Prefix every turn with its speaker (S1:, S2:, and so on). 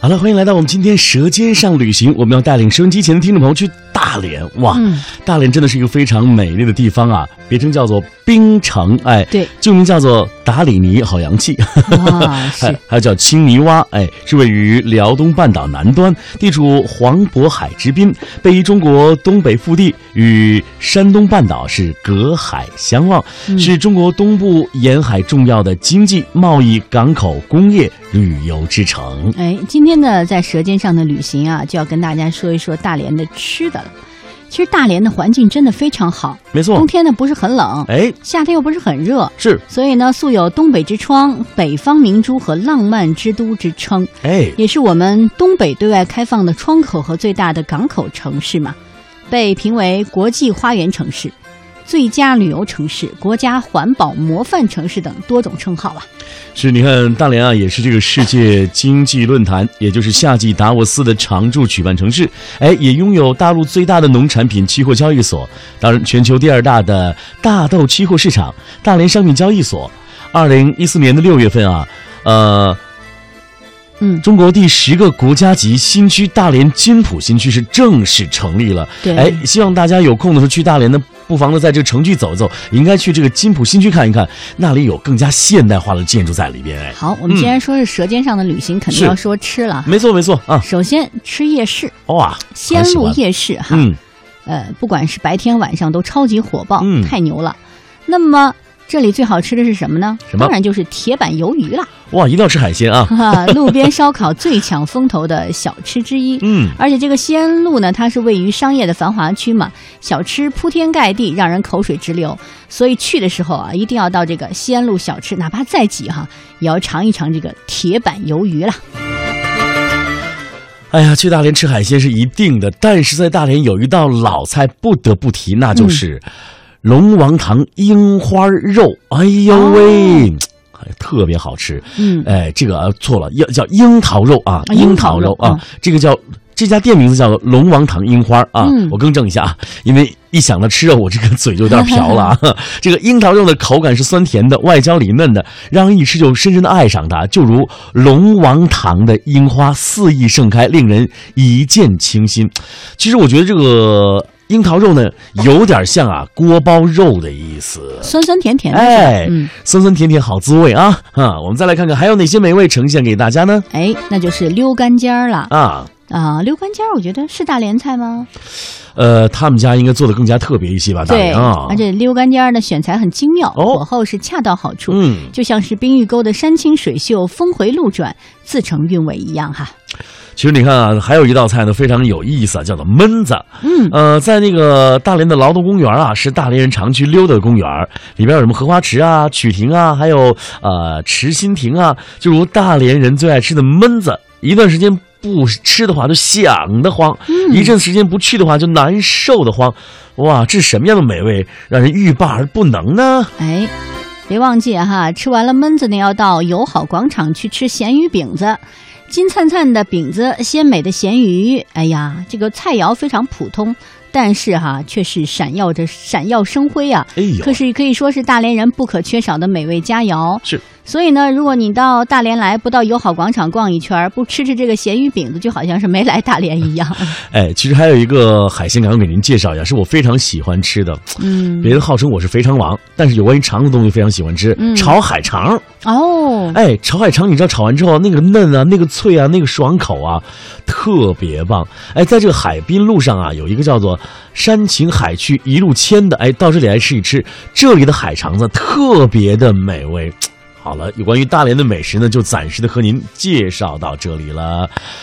S1: 好了，欢迎来到我们今天《舌尖上旅行》，我们要带领收音机前的听众朋友去大连。哇，
S2: 嗯
S1: 大连真的是一个非常美丽的地方啊，别称叫做冰城，哎，
S2: 对，
S1: 旧名叫做达里尼，好洋气。
S2: 哇，
S1: 还
S2: 是，
S1: 还有叫青泥洼，哎，是位于辽东半岛南端，地处黄渤海之滨，背依中国东北腹地，与山东半岛是隔海相望，
S2: 嗯
S1: 是中国东部沿海重要的经济、贸易、港口、工业、旅游之城。
S2: 哎，今天呢，在《舌尖上的旅行》啊，就要跟大家说一说大连的吃的了。其实大连的环境真的非常好，
S1: 没错
S2: 冬，天呢不是很冷，
S1: 哦哎，
S2: 夏天又不是很热，
S1: 是，
S2: 所以呢，素有“东北之窗”、“北方明珠”和“浪漫之都”之称，
S1: 哎，
S2: 也是我们东北对外开放的窗口和最大的港口城市嘛，被评为国际花园城市、最佳旅游城市、国家环保模范城市等多种称号啊。
S1: 是，你看大连啊，也是这个世界经济论坛，也就是夏季达沃斯的常驻举办城市。哎，也拥有大陆最大的农产品期货交易所，当然全球第二大的大豆期货市场——大连商品交易所。二零一四年的六月份啊，呃，
S2: 嗯，
S1: 中国第十个国家级新区大连金浦新区是正式成立了。
S2: 对
S1: 哎，希望大家有空的时候去大连呢，不妨呢在这个城区走走，应该去这个金浦新区看一看，那里有更加现代化的建筑在里边。哎，
S2: 好，我们既然说是舌尖上的旅行，肯定
S1: 是
S2: 要说吃了。
S1: 没错没错啊，
S2: 首先吃夜市，
S1: 哇，
S2: 仙
S1: 很喜
S2: 路
S1: 欢
S2: 夜市哈，
S1: 嗯，
S2: 呃，不管是白天晚上都超级火爆，
S1: 嗯
S2: 太牛了。那么这里最好吃的是什么呢？
S1: 什么
S2: 当然就是铁板鱿鱼啦，
S1: 哇，一定要吃海鲜啊，
S2: 哈哈， 路边烧烤最抢风头的小吃之一。
S1: 嗯，
S2: 而且这个西安路呢，它是位于商业的繁华区嘛，小吃铺天盖地，让人口水直流。所以去的时候啊，一定要到这个西安路小吃，哪怕再挤哈，也要尝一尝这个铁板鱿鱼啦。
S1: 哎呀，去大连吃海鲜是一定的，但是在大连有一道老菜不得不提，那就是龙王堂樱花肉，哎呦喂，哎特别好吃，
S2: 嗯，
S1: 哎，这个、啊、错了，要叫樱桃肉啊，
S2: 啊
S1: 樱桃肉
S2: 樱桃肉
S1: 啊，这个叫这家店名字叫龙王堂樱花啊，
S2: 嗯
S1: 我更正一下啊，因为一想到吃肉，我这个嘴就有点瓢了 啊。这个樱桃肉的口感是酸甜的，外焦里嫩的，让人一吃就深深的爱上它，就如龙王堂的樱花肆意盛开，令人一见倾心。其实我觉得这个。樱桃肉呢，有点像啊锅包肉的意思。
S2: 酸酸甜甜的。
S1: 哎，
S2: 嗯，
S1: 酸酸甜甜好滋味啊！啊，我们再来看看还有哪些美味呈现给大家呢？
S2: 哎，那就是溜干尖儿了
S1: 啊，
S2: 啊、溜干尖儿，我觉得是大连菜吗？
S1: 呃，他们家应该做的更加特别一些吧，大
S2: 对，
S1: 连啊
S2: 而，且溜干尖儿的选材很精妙，
S1: 哦
S2: 火候是恰到好处。
S1: 嗯，
S2: 就像是冰峪沟的山清水秀、峰回路转、自成韵味一样哈。
S1: 其实你看啊，还有一道菜呢，非常有意思啊，叫做焖子。
S2: 嗯，
S1: 呃，在那个大连的劳动公园啊，是大连人常去溜达的公园，啊里边有什么荷花池啊、曲亭啊，还有呃池心亭啊，就如大连人最爱吃的焖子，一段时间。不吃的话就想得慌，
S2: 嗯
S1: 一阵时间不去的话就难受的慌，哇，这什么样的美味让人欲罢而不能呢？
S2: 哎，别忘记哈，吃完了焖子呢，要到友好广场去吃咸鱼饼子。金灿灿的饼子，鲜美的咸鱼，哎呀，这个菜肴非常普通，但是哈，却是闪耀着闪耀生辉啊！
S1: 哎呦
S2: 可，是可以说是大连人不可缺少的美味佳肴。
S1: 是，
S2: 所以呢，如果你到大连来，不到友好广场逛一圈儿，不吃吃这个咸鱼饼子，就好像是没来大连一样。
S1: 哎，其实还有一个海鲜，赶快给您介绍一下，是我非常喜欢吃的。
S2: 嗯，
S1: 别人号称我是肥肠王，但是有关于肠的东西非常喜欢吃，
S2: 嗯
S1: 炒海肠。
S2: 哦，
S1: 哎，炒海肠，你知道炒完之后那个嫩啊，那个脆啊，那个爽口啊，特别棒。哎，在这个海滨路上啊，有一个叫做山情海区一路迁的，哎，到这里来吃一吃，这里的海肠子特别的美味。好了，有关于大连的美食呢，就暂时的和您介绍到这里了。